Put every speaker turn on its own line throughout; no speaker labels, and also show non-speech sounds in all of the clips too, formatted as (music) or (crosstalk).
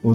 我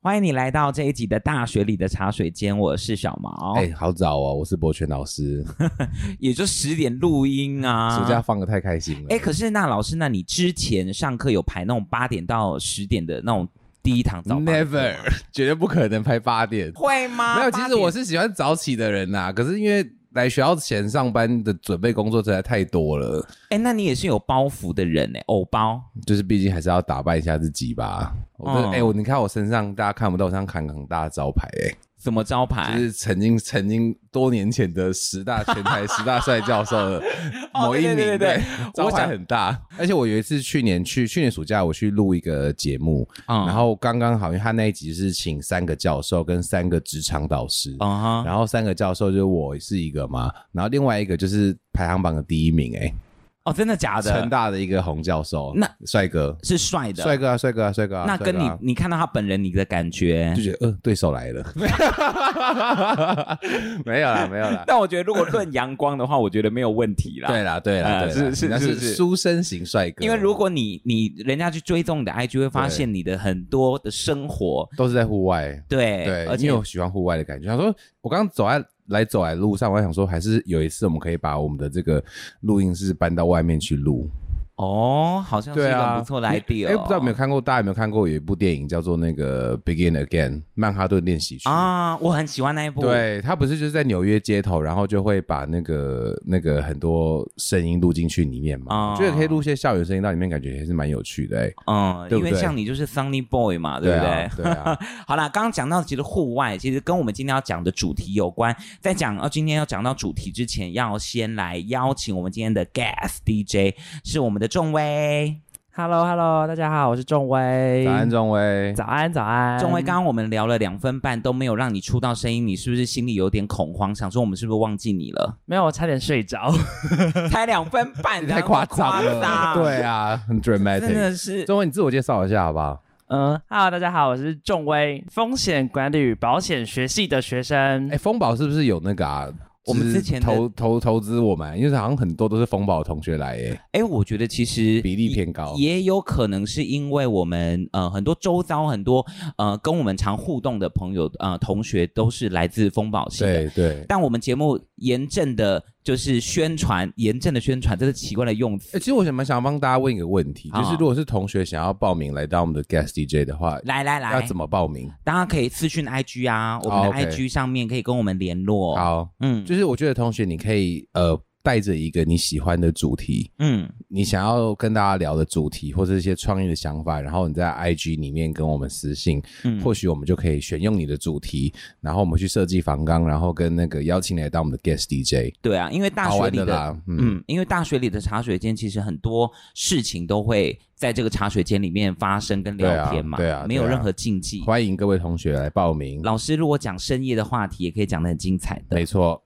欢迎你来到这一集的大学里的茶水间，我是小毛。
哎、好早哦，我是博全老师。
也就十点录音啊，
暑假。放的太开心了。
哎、可是那老师，那你之前上课有排那种八点到十点的那种第一堂早班课
never，绝对不可能拍八点。
会吗？
没有，其
哦八
实
点
我是喜欢早起的人呐、啊可是因为来学校前上班的准备工作实在太多了，
哎、那你也是有包袱的人哎、偶包。
就是毕竟还是要打扮一下自己吧。我真的
嗯
哎、我你看我身上大家看不到，我身上扛很大的招牌哎、
什么招牌？
就是曾经曾经多年前的十大全台十大帅教授 (laughs) 的某一名，
哦对对对对
招
我
牌
想
很大。而且我有一次去年去去年暑假我去录一个节目，
嗯
然后刚刚好，因为他那一集是请三个教授跟三个职场导师，
嗯哼，
然后三个教授就是我是一个嘛，然后另外一个就是排行榜的第一名、欸，
哦，真的假
哎，成
的？
大的一个洪教授，
那
帅哥，
是帅的，
帅哥啊，帅哥啊，帅哥啊，
那
帅
跟
哥
你、
啊
你看到他本人，你的感觉
就觉得呃，对手来 (laughs) 了，没有啦，没有啦。
但我觉得如果论阳光的话，我觉得没有问题啦。
对啦，对啦，
呃
对啦
是是
那
是
是
是
书生型帅哥，
因为如果你你人家去追踪你的 IG，会发
对
现你的很多的生活，
都是在户外，
对，
对，
哎而
而
且
且有喜欢户外的感觉。想说，我刚刚走在来走来路上，我还想说，还是有一次我们可以把我们的这个录音室搬到外面去录。
哦，好像是一
对
个
啊，
不错的 idea 哦。
哎、不知道有没有看过，大家有没有看过有一部电影叫做那个《Begin Again》曼哈顿练习曲？
啊？我很喜欢那一部，，
对，他不是就是在纽约街头，然后就会把那个那个很多声音录进去里面嘛，
啊
我觉得可以录一些校园声音到里面，感觉还是蛮有趣的、哎，
嗯，
对
因
不对
为像你就是 Sunny Boy 嘛，对不
啊，对啊，
好啦，刚刚讲到其实户外，其实跟我们今天要讲的主题有关。在讲呃今天要讲到主题之前，要先来邀请我们今天的 guest DJ 是我们的仲威。
Hello Hello，大家好，我是仲威。
哎早安，仲威。
早安，早安，
仲威，刚刚我们聊了两分半都没有让你出到声音，你是不是心里有点恐慌？想说我们是不是忘记你
(laughs)
了？
没有，我差点睡着。
才两分半，
你 (laughs) 太夸
张
张了， (laughs) 对，啊，很
真
dramatic。
的是。
仲威，你自我介绍一下好不好？
嗯，Hello，大家好，我是仲威，风险管理与保险学系的学生。
哎、风宝是不是有那个啊？
我们
就是
之前的
投投投资我们，因为好像很多都是风宝的同学来耶，
哎，我觉得其实
比例偏高
也也有可能是因为我们呃很多周遭很多呃跟我们常互动的朋友呃同学都是来自丰宝系的。
对对。
但我们节目严正的，就是宣传，严正的宣传，这是奇怪的用
哎、
词。
其实我想蛮想帮大家问一个问题，
好
就是如果是同学想要报名来到我们的 guest DJ 的话，
来来
要
来
怎，么报名？
大家可以私讯 IG 啊，我
哦
们的
，OK
IG 上面可以跟我们联络。，
好，
嗯，
就是我觉得同学你可以呃带着一个你喜欢的主题，
嗯，
你想要跟大家聊的主题或者一些创意的想法，然后你在 IG 里面跟我们私信，
嗯
或许我们就可以选用你的主题，然后我们去设计房纲，然后跟那个邀请你来到我们的 guest DJ，
对啊，因为大
好
学
玩
里
的啦，嗯
嗯，因为大学里的茶水间，其实很多事情都会在这个茶水间里面发生跟聊天嘛，
对啊对啊
没有
对啊
任何禁忌。
欢迎各位同学来报名。
老师如果讲深夜的话题，也可以讲得很精彩的。
没 (laughs) 错，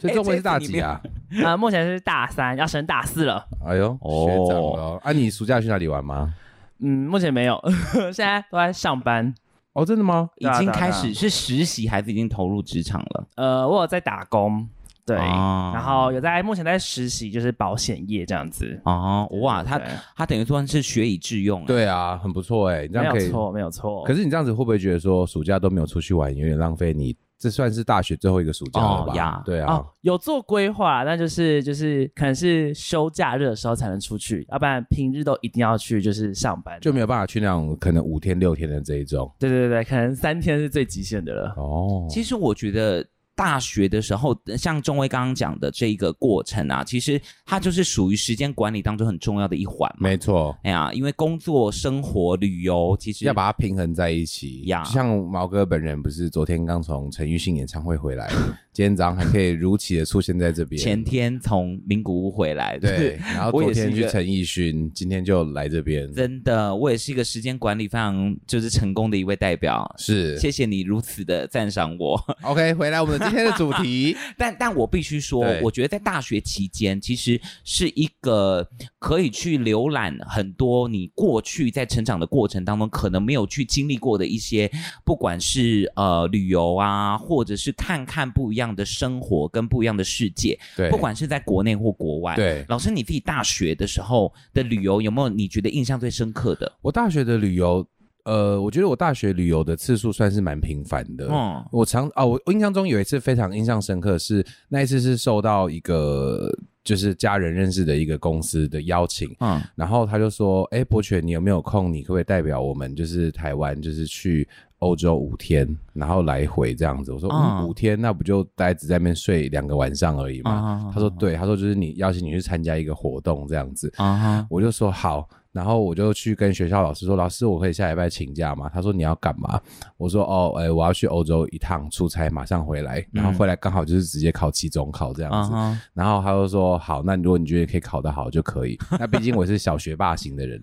所以中文是大几 (laughs) 啊？
呃，目前是大三，要升大四了。
哎呦，
哦
学长哦！啊，你暑假去哪里玩吗？
嗯，目前没有， (laughs) 现在都在上班。
哦，真的吗？
已经开始是实习还是已经投入职场了？
呃，我有在打工，对，
哦
然后有在目前在实习，就是保险业这样子。
哦，哇，他
对
他等于算是学以致用、，
对啊，很不错哎，你这
没
样
有
可以。
错，没有错。
可是你这样子会不会觉得说暑假都没有出去玩，有点浪费你？这算是大学最后一个暑假了
哦呀
吧？对啊
哦，，有做规划，但就是就是可能是休假日的时候才能出去，要不然平日都一定要去就是上班。
就没有办法去那种可能五天六天的这一种。
对对对，可能三天是最极限的了。
哦，
其实我觉得。大学的时候，像钟威刚刚讲的这一个过程啊，其实它就是属于时间管理当中很重要的一环嘛。
没错，
哎呀，因为工作、生活、旅游，其实
要把它平衡在一起。
呀
就像毛哥本人不是昨天刚从陈奕迅演唱会回来， (laughs) 今天早上还可以如期的出现在这边。
前天从名古屋回来，
对， (laughs) 然后
我
昨
也是
天
一
去
个
陈奕迅，今天就来这边，
真的，我也是一个时间管理非常就是成功的一位代表。
是
谢谢你如此的赞赏我， (laughs)
OK。回来我们今天的主题，
但但我必须说
对，
我觉得在大学期间，其实是一个可以去浏览很多你过去在成长的过程当中可能没有去经历过的一些，不管是呃旅游啊，或者是看看不一样的生活跟不一样的世界，
对，
(laughs) 不管是在国内或国外。
对
老师，你自己大学的时候的旅游有没有你觉得印象最深刻的？
我大学的旅游，呃，我觉得我大学旅游的次数算是蛮频繁的。
嗯，
我常啊，我我印象中有一次非常印象深刻是，那一次是受到一个就是家人认识的一个公司的邀请，
嗯，
然后他就说：“哎，博全，你有没有空？你可不可以代表我们，就是台湾，就是去欧洲五天，然后来回这样子？”我说：“
嗯
嗯，五天，那不就大家只在那边睡两个晚上而已嘛？”
嗯
他说：“对，他说就是你邀请你去参加一个活动这样子。”
啊哈，
我就说好，然后我就去跟学校老师说，老师我可以下礼拜请假吗？他说你要干嘛？我说哦，哎、我要去欧洲一趟出差，马上回来，然后回来刚好就是直接考期中考这样
嗯啊
子。
哈，
然后他就说好，那如果你觉得可以考得好就可以，那毕竟我是小学霸型的人。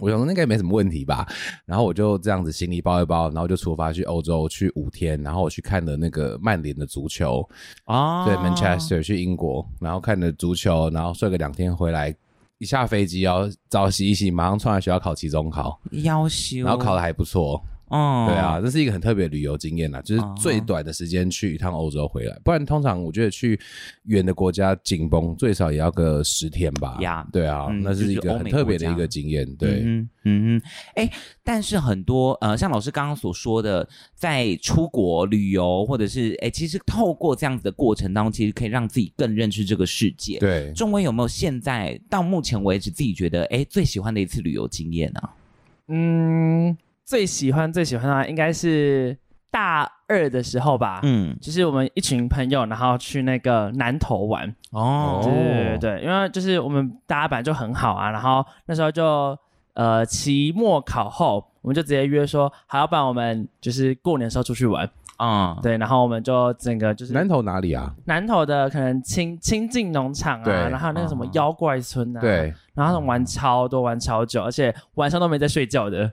我想说那应该没什么问题吧，然后我就这样子行李包一包，然后就出发去欧洲去五天，然后我去看了那个曼联的足球，
啊
对 Manchester 去英国，然后看了足球，然后睡个两天回来，一下飞机哦，早洗一洗，马上冲来学校考期中考，
要修，
然后考的，还不错。
嗯，
对啊，，这是一个很特别的旅游经验啦，就是
哦
最短的时间去一趟欧洲回来，不然通常我觉得去远的国家紧绷最少也要个十天吧。
呀
对啊，
嗯
那是一
就是
个
欧
很
美
特
国
别的一
家
个经验。对，
嗯哼嗯哼，哎、但是很多呃，像老师刚刚所说的，在出国旅游或者是哎、其实透过这样子的过程当中，其实可以让自己更认识这个世界。，
对，
中文有没有现在到目前为止自己觉得哎、最喜欢的一次旅游经验啊？
嗯，最喜欢最喜欢的话应该是大二的时候吧。
嗯，
就是我们一群朋友，然后去那个南投玩，
哦，
对对对，因为就是我们大家本来就很好啊，然后那时候就呃期末考后，我们就直接约说，好，要不然我们就是过年的时候出去玩，
啊、
对，然后我们就整个就是
南投哪里啊？
南投的可能清清境农场啊，
对
然后还有那个什么妖怪村啊，
对，
然后他们玩超多玩超久，而且晚上都没在睡觉的，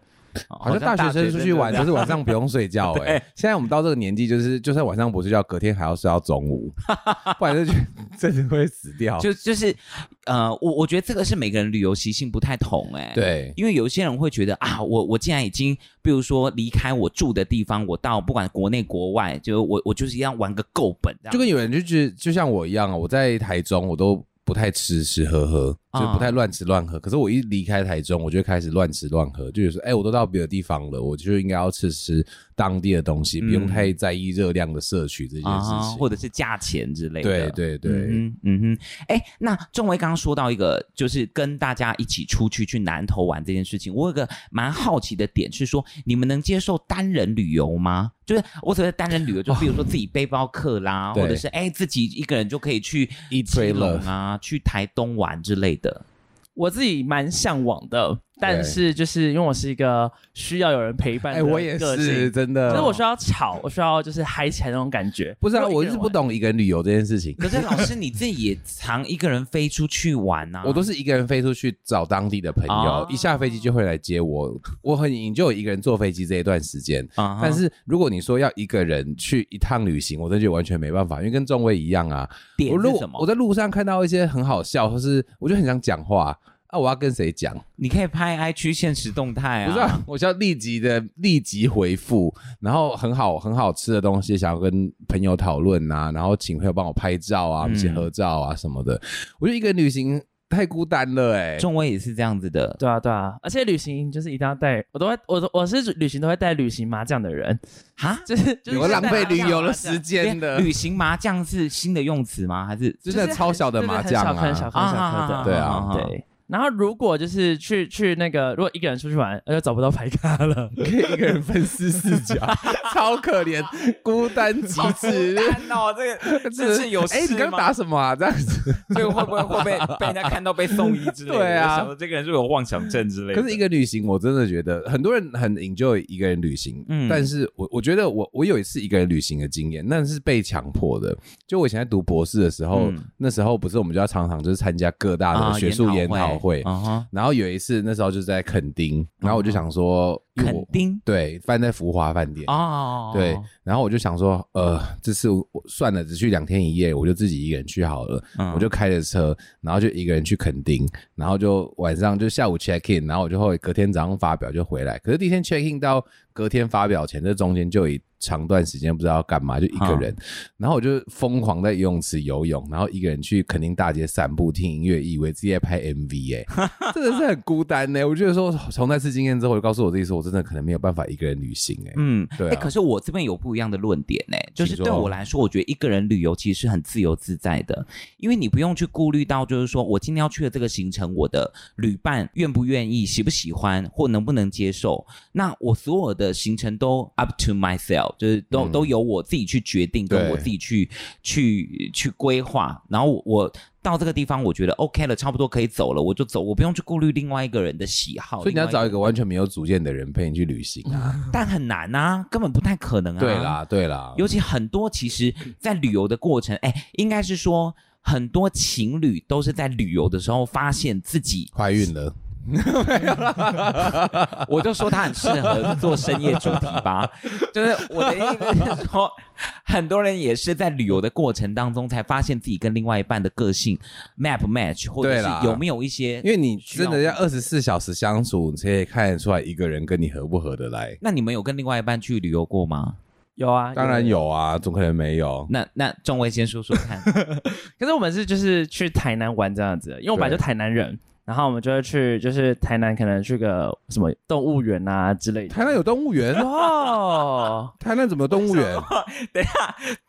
哦
好像大学生出去玩，就是晚上不用睡
(laughs)
觉哎、现在我们到这个年纪，就是就算晚上不睡觉，隔天还要睡到中
(laughs)
午，不然就觉得 (laughs) 真的会死掉。
就就是，呃，我我觉得这个是每个人旅游习性不太同哎、，
对
因为有一些人会觉得啊，我我既然已经，比如说离开我住的地方，我到不管国内国外，就我我就是要玩个够本这样，
就跟有人就觉得就像我一样啊，我在台中我都不太吃吃喝喝，
啊
就不太乱吃乱喝。可是我一离开台中，我就开始乱吃乱喝，就觉得说，哎、我都到别的地方了，我就应该要吃吃当地的东西，不用
嗯
太在意热量的摄取这件事
啊，
情。
或者是价钱之类
对
的，。
对对，
嗯哼嗯哼，哎，那仲威刚刚说到一个，就是跟大家一起出去去南投玩这件事情，我有个蛮好奇的点是说，你们能接受单人旅游吗？就是我所谓的单人旅游，就比如说自己背包客啦，
哦
(laughs)
对
或者是哎自己一个人就可以去
Eat,
基
pray,
隆啊，去台东玩之类的。
我自己蛮向往的，但是就是因为我是一个需要有人陪伴
哎、
的
我也
个
是
性，
真的。
可是我需要吵，我需要就是嗨起来那种感觉。
不是啊，
如果
我
一个
就是
人
不
玩。
懂一个人旅游这件事情。
可是老师你自己也常一个人飞出去玩啊，
我都是一个人飞出去找当地的朋友，
啊
哦
一下飞机就会来接我。我很引就有一个人坐飞机这一段时间。
啊哈，
但是如果你说要一个人去一趟旅行，我真的觉得完全没办法，因为跟仲威一样啊。
点
我如
是
果
什么？
我在路上看到一些很好笑，或是我就很想讲话，啊，我要跟谁讲？
你可以拍 I 区现实动态啊，
不是、啊，我需要立即的立即回复，然后很好很好吃的东西，想要跟朋友讨论啊，然后请朋友帮我拍照啊，我们一起
嗯
合照啊什么的。我觉得一个人旅行太孤单了、欸，哎，
仲威也是这样子的，
对啊，对啊，而且旅行就是一定要带，我都会，我都我是旅行都会带旅行麻将的人，
哈，
就是就是
有个浪费旅游的时
间，
间的 (laughs)
对， (laughs) 旅行麻将是新的用词吗？还是
真的超小的麻
就是
将
很小颗很小
啊，
颗很小颗
对
的，
啊
对，然后如果就是去去那个，如果一个人出去玩，那就找不到牌咖了。 (laughs)
可以一个人分饰四
(laughs)
角，超可怜，孤单极致。
哦，这个这是有
哎，你
事
刚
吗
打什么啊？这样子，
这个会不会会
(laughs)
被被人家看到被送医之类的？
对啊
我想说这个人是不是有妄想症之类的。
可是一个旅行，我真的觉得很多人很 enjoy 一个人旅行，
嗯
但是我我觉得我我有一次一个人旅行的经验，那是被强迫的。就我以前在读博士的时候，
嗯
那时候不是我们就要常常就是参加各大的学术研讨会，
啊哈，
然后有一次那时候就是在垦丁，然后我就想说，因为我
肯定
对，饭在福华饭店。
哦，
对，然后我就想说，呃，这次我我算了，只去两天一夜，我就自己一个人去好了。
嗯
我就开着车，然后就一个人去垦丁，然后就晚上就下午 check in，然后我就会隔天早上发表就回来。可是第一天 check in 到隔天发表前，这中间就有一长段时间不知道要干嘛，就一
嗯
个人。然后我就疯狂在游泳池游泳，然后一个人去垦丁大街散步听音乐，以为自己在拍 MV 哎、真的是很孤单呢、我觉得说从那次经验之后，我就告诉我自己说，我真的可能没有办法一个人旅行哎、
嗯，
对啊
诶可是我这边有不一样的论点呢、就是
请
对
说
我来说，我觉得一个人旅游其实是很自由自在的，因为你不用去顾虑到，就是说我今天要去的这个行程，我的旅伴愿不愿意、喜不喜欢或能不能接受。那我所有的行程都 up to myself，就是都、
嗯
都由我自己去决定，跟
对
我自己去去去规划。然后我我到这个地方，我觉得 OK 了，差不多可以走了，我就走，我不用去顾虑另外一个人的喜好。
所以你要
哦另外
找一个完全没有主见的人陪你去旅行啊。
但很难啊，根本不太可能
(laughs)
啊。
对啦，对啦，
尤其很多其实，在旅游的过程，哎，应该是说很多情侣都是在旅游的时候发现自己，
怀孕了，
我就说他很适合做深夜主题吧，就是我的意思是说，很多人也是在旅游的过程当中才发现自己跟另外一半的个性 map match，或者
对
是
啦
有没有一些，
因为你
需
真的
要
要二十四小时相处，你才可以看得出来一个人跟你合不合得来。
那你们有跟另外一半去旅游过吗？
有啊，
当然。有啊，总可能没有。
那那仲威先说说看，
可是我们是就是去台南玩这样子，因为我本来就台南人，然后我们就会去就是台南，可能去个什么动物园啊之类的。
台南有动物园，啊 (laughs)
哦，
台南怎么有动物园？
(laughs) 等一下，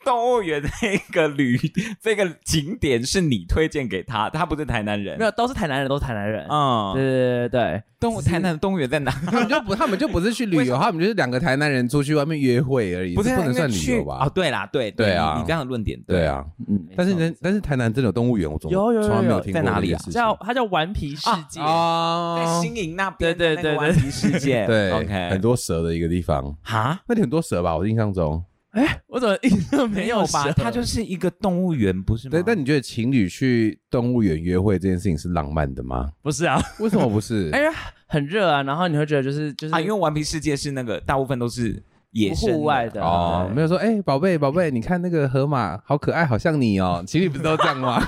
动物园这个旅这个景点是你推荐给他，他不是台南人
没。有，都是台南人，都是台南人。
哦
对
嗯，
对对对
动物台南的动物园在哪？
他们就不，他们就不是去旅游，他们就是两个台南人出去外面约会而已，
不是
这不能算旅游
哦，
吧？
对啦，对
对啊
你你这样的论点
对，啊，
对，嗯，
但是
没错
呢，但是台南真的有动物园，我从
有有有
从来没有
有
听
在
过
哪
这
里
件
啊
事情
叫它叫顽皮世界，
在
哦，
新营那边，
对对
那个
对
顽皮世界，
对
，OK，
很多蛇的一个地方，
哈，
那里很多蛇吧？我印象中，
(laughs) 我怎么印象没有
吧？
蛇
它就是一个动物园，不是吗？
对。但你觉得情侣去动物园约会这件事情是浪漫的吗？
(laughs) 不是啊？
为什么
(laughs)
不是？
哎呀，很热啊，然后你会觉得就是就是
啊，因为顽皮世界是那个大部分都是野生的
户外的
哦，
对
没有说，哎、宝贝，宝贝，你看那个河马好可爱，好像你哦。 (laughs) 情侣不是都这样吗？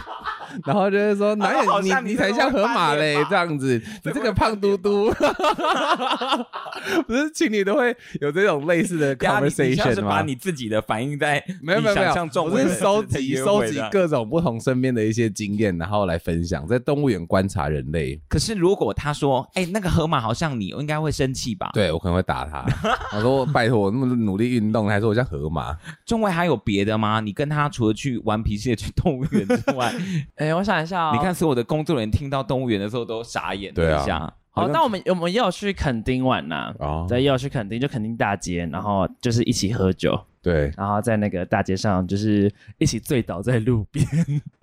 然后就是说，哪
(laughs) 好
有你
像你
你才像河马嘞？这样子，
(laughs)
你这个胖嘟嘟， (laughs) 不是情侣都会有这种类似
(laughs)
的
对啊你你像
conversation
是把
吗？
你自己的反应在
没有没
你
有没
想
有
象，中
我
的
是
人
收
在
集
约
收
会
集
的
各种不同身边的一些经验，然后来分享，在动物园观察人类。
可是如果他说，哎、那个河马好像你，我应该会生气吧？，
对我可能会打
(laughs)
他，我说拜托，我那么努力运动，还说我像河马，
中卫还有别的吗？你跟他除了去玩皮蟹、去动物园之
(laughs)
外，
哎，我想一下哦，
你看所有的工作人员听到动物园的时候都傻眼
对
了
啊
一下。
哦，但我们我们也有去垦丁玩呐，
哦，
对，也有去垦丁，就垦丁大街，然后就是一起喝酒，
对，
然后在那个大街上就是一起醉倒在路边。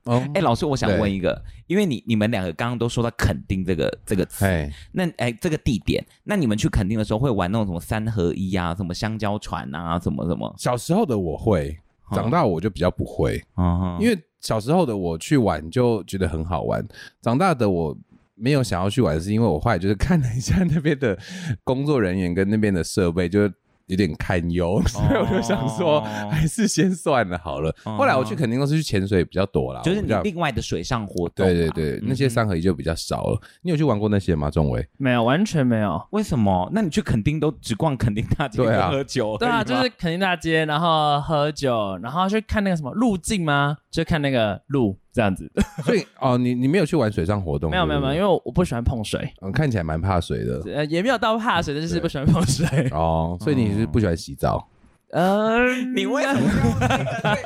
哦，
哎、老师，我想
对
问一个，因为你你们两个刚刚都说到垦丁这个这个词，
哎，
那哎、这个地点，那你们去垦丁的时候会玩那种什么三合一啊，什么香蕉船啊，什么什么，
小时候的我会，
嗯
长大我就比较不会，
嗯
因为小时候的我去玩就觉得很好玩，长大的我。没有想要去玩，是因为我后来就是看了一下那边的工作人员跟那边的设备，就有点堪
哦
忧， (laughs) 所以我就想说，还是先算了好了。后来我去肯定都是去潜水比较多啦，
哦就是
我比
你
较
另外的水上活动、啊，
对对对，那些三合一就比较少了。你有去玩过那些吗？钟伟？
没有，完全没有。
为什么？那你去垦丁都只逛垦丁大街
对啊
跟喝酒而已吗，
对啊，就是垦丁大街，然后喝酒，然后去看那个什么路径吗？就看那个路这样子。
所以哦，你你没有去玩水上活动？
没有没有没有，因
为
为我不喜欢碰水，
嗯看起来蛮怕水的
呃，也没有到怕水，但就是不喜欢碰水。
哦，所以你是不喜欢洗澡？
嗯，
你为什么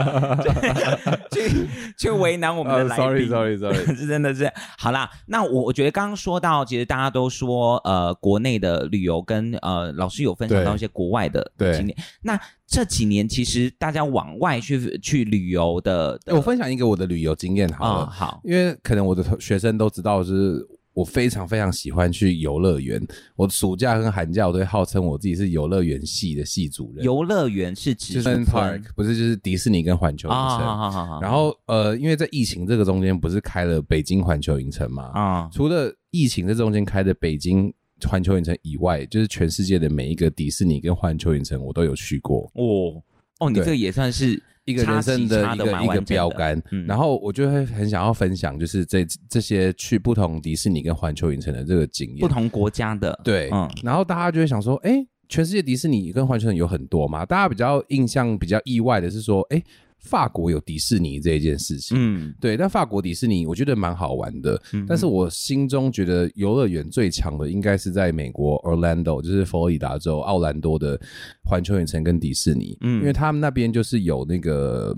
要
(laughs)
去去为难我们
(laughs)
的来宾
哦 sorry sorry
(laughs)
sorry，
是真的是
好啦，那我我觉得刚刚说到，其实大家都说，呃，国内的旅游跟呃，老师有分享
对
到一些国外的
对
景点。那这几年其实大家往外去去旅游的，的
哎我分享一个我的旅游经验好
啊、
了，
好，
因为可能我的同学生都知道，就是我非常非常喜欢去游乐园。我暑假跟寒假我都会号称我自己是游乐园系的系主任。
游乐园是指
就是 Park
村
不是就是迪士尼跟环球影
啊，
城。
好好好好，
然后呃，因为在疫情这个中间不是开了北京环球影城嘛？
啊，
除了疫情这中间开的北京环球影城以外，就是全世界的每一个迪士尼跟环球影城我都有去过。
哦哦，你
对
这个也算是
一个
插
人生
旗
的
插
一
得
个
蛮
一
完
个
整的
标杆，
嗯
然后我就会很想要分享，就是这这些去不同迪士尼跟环球影城的这个经验。
不同国家的，
对，
嗯
然后大家就会想说，哎，全世界迪士尼跟环球影城有很多嘛，大家比较印象比较意外的是说，哎，法国有迪士尼这一件事情。
嗯
对，但法国迪士尼我觉得蛮好玩的，但是我心中觉得游乐园最强的应该是在美国 Orlando，就是佛罗里达州奥兰多的环球影城跟迪士尼，
嗯
因为他们那边就是有那个。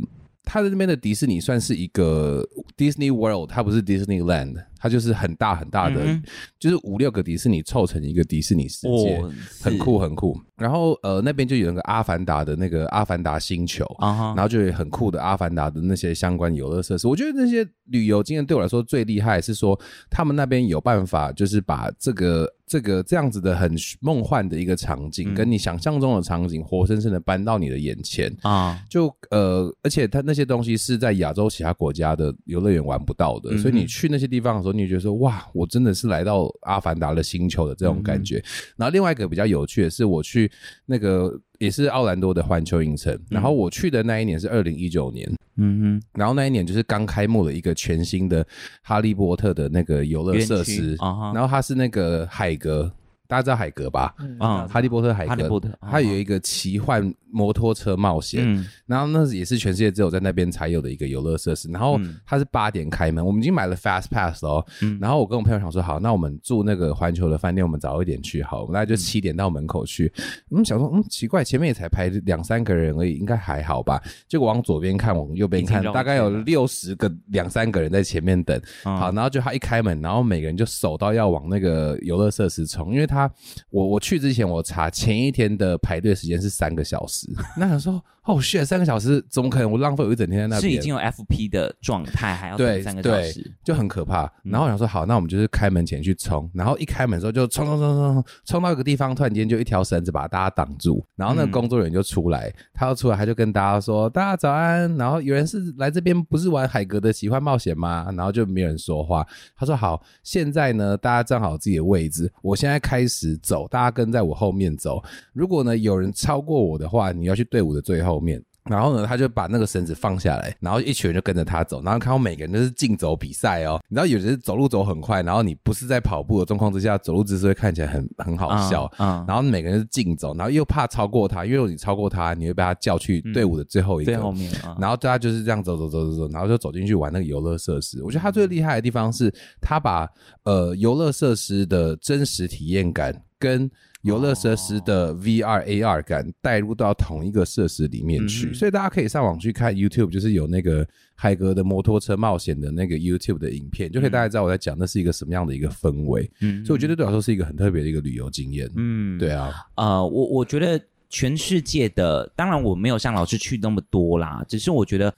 它的那边的迪士尼算是一个 Disney World，它不是 Disneyland，它就是很大很大的，
嗯
就是五六个迪士尼凑成一个迪士尼世界，
哦
很
是
酷很酷。然后呃，那边就有那个阿凡达的那个阿凡达星球，
啊哈
然后就有很酷的阿凡达的那些相关游乐设施。我觉得那些旅游经验对我来说最厉害是说，他们那边有办法，就是把这个这个这样子的很梦幻的一个场景，跟你想象中的场景，活生生的搬到你的眼前。
啊，
就呃，而且它那些东西是在亚洲其他国家的游乐园玩不到的，
嗯哼
所以你去那些地方的时候，你就觉得说哇，我真的是来到阿凡达的星球的这种
嗯
感觉。然后另外一个比较有趣的是，我去那个也是奥兰多的环球影城，然后我去的那一年是二零一九年，
嗯
然后那一年就是刚开幕了一个全新的哈利波特的那个游乐设施
园区，啊哈
然后它是那个海格，大家知道海格吧？
嗯
啊
哈利波特海格，
哈利波特啊哈
它有一个奇幻摩托车冒险，
嗯
然后那也是全世界只有在那边才有的一个游乐设施。然后
嗯
它是八点开门，我们已经买了 Fast Pass 了哦。然后我跟我朋友想说，好，那我们住那个环球的饭店，我们早一点去好，我们大概
嗯
就七点到门口去。我们想说，嗯，奇怪，前面也才排两三个人而已，应该还好吧？结果往左边看，往右边
已经
看，
绕
大概有
一圈了
六十个两三个人在前面等。
嗯
好，然后就他一开门，然后每个人就手到要往那个游乐设施冲，因为他我我去之前我查前一天的排队时间是三个小时， (laughs) 那想说哦 shit，三个小时怎么可能？我浪费我一整天在那
哼，
边，
是已经有 FP 的状态，还要等
对
三个小
对
时，，
就很可怕。
嗯
然后我想说，好，那我们就是开门前去冲，然后一开门的时候就冲冲冲冲冲，冲到一个地方，突然间就一条绳子把大家挡住，然
嗯
后那个工作人员就出来，他要出来，他就跟大家说：“大家早安。”然后有人是来这边不是玩海格的奇幻冒险吗？然后就没有人说话。他说：“好，现在呢，大家站好自己的位置，我现在开始走，大家跟在我后面走。如果呢有人超过我的话，你要去队伍的最后面。然后呢，他就把那个绳子放下来，然后一群人就跟着他走，然后看到每个人都是竞走比赛哦。你知道，有的是走路走很快，然后你不是在跑步的状况之下，走路姿势会看起来很很好笑。
嗯，
然后每个人是竞走，然后又怕超过他，因为如果你超过他，你会被他叫去队伍的最后一个。
最后面啊，
然后大家就是这样走走走走走，然后就走进去玩那个游乐设施。
嗯
我觉得他最厉害的地方是，他把呃游乐设施的真实体验感跟游乐设施的
哦
VR、AR 感带入到同一个设施里面去，
嗯哼
所以大家可以上网去看 YouTube，就是有那个海格的摩托车冒险的那个 YouTube 的影片，就可以大概知道我在讲那是一个什么样的一个氛围。
嗯
所以我觉得对我来说是一个很特别的一个旅游经验。
嗯，
对啊，
呃，我我觉得全世界的，当然我没有像老师去那么多啦，只是我觉得。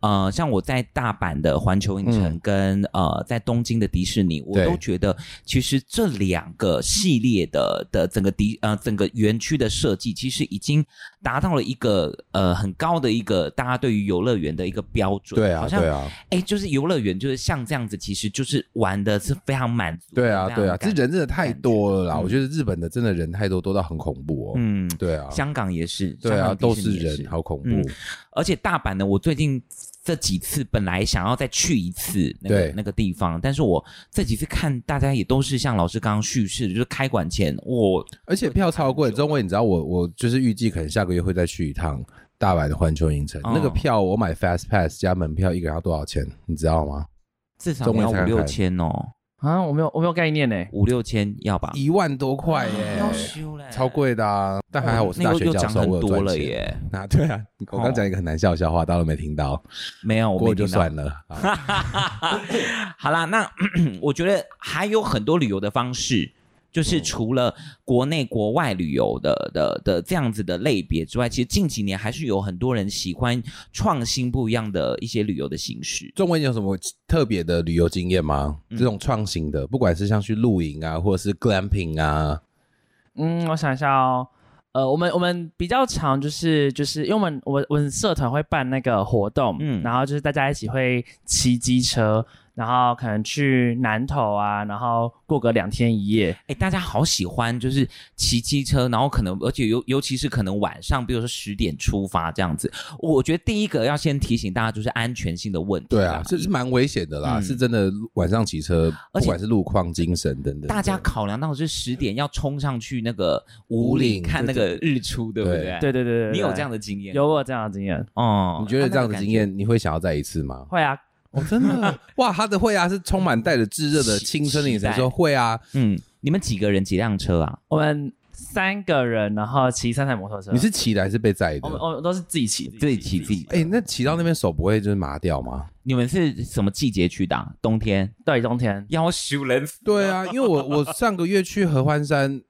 呃，像我在大阪的环球影城
嗯
跟、呃在东京的迪士尼，我
对
都觉得其实这两个系列的的整个迪呃整个园区的设计，其实已经达到了一个呃很高的一个大家对于游乐园的一个标准。
对啊，
好像
对啊。
哎，就是游乐园，就是像这样子，其实就是玩的是非常满足的
对
那
啊，
样的感觉。
对啊，这人真的太多了啦！
嗯
我觉得日本的真的人太多，多到很恐怖哦。
嗯，
对啊，
香港也是，
对
香
啊，
港
都
迪士
是
尼也
人，好恐怖。
嗯而且大阪呢，我最近这几次本来想要再去一次那个
对
那个地方，但是我这几次看大家也都是像老师刚刚叙事的，就是开馆前我
而且票超贵，中文你知道我我就是预计可能下个月会再去一趟大阪的环球影城，
哦
那个票我买 Fast Pass 加门票一个人要多少钱，你知道吗？
至少
中文
要
才
五
敢
六
开
千哦，
啊，我没有我没有概念呢、
五六千要吧？
一万多块耶，
啊要修嘞，
超贵的啊！但还好我是
那
大
又
学
又
教
涨
授，
很
我有
多
赚
了
钱。
耶。
啊，对啊，我刚讲一个很难笑的笑话，大家都没听到，
没有，我
过了
哦没
就
听到
算了。
(laughs)
啊
好啦，那 (clears throat) 我觉得还有很多旅游的方式，就是除了国内国外旅游的的的这样子的类别之外，其实近几年还是有很多人喜欢创新不一样的一些旅游的形式。
中文有什么特别的旅游经验吗？
嗯
这种创新的，不管是像去露营啊，或者是 glamping 啊，
嗯，我想一下哦。呃，我们我们比较常就是就是因为我们我我们社团会办那个活动，
嗯
嗯，然后就是大家一起会骑机车，然后可能去南投啊，然后过个两天一夜，
哎，大家好喜欢就是骑机车，然后可能而且尤尤其是可能晚上，比如说十点出发这样子。我觉得第一个要先提醒大家就是安全性的问题。
对啊，这是蛮危险的啦，
嗯
是真的晚上骑车，
而
不
且
管是路况、精神等等，
大家考量到的是十点要冲上去那个五
五岭
岭看那个日出，对不
对
对？
对对对对
哎你有
对
这样的经验？
有我有这样的经验，
哦
你觉得这样的经？
啊
验，你会想要再一次吗？
会啊，
哦，真的 (laughs) 哇，他的会啊是充满带着炙热的
期
青春的眼神
嗯期待
说会啊，
那个感觉嗯，你们几个人几辆车啊？
我们三个人，然后骑三台摩托
嗯
车，
你是骑的还是被载
哦
我们
的？
我们都是自己骑，
自己骑自己。
哎、那骑到那边手不会就是麻掉吗？
你们是什么季节去的啊？冬天？
对，冬天
要修人死
对
(laughs)
啊，因为我我上个月去合欢山，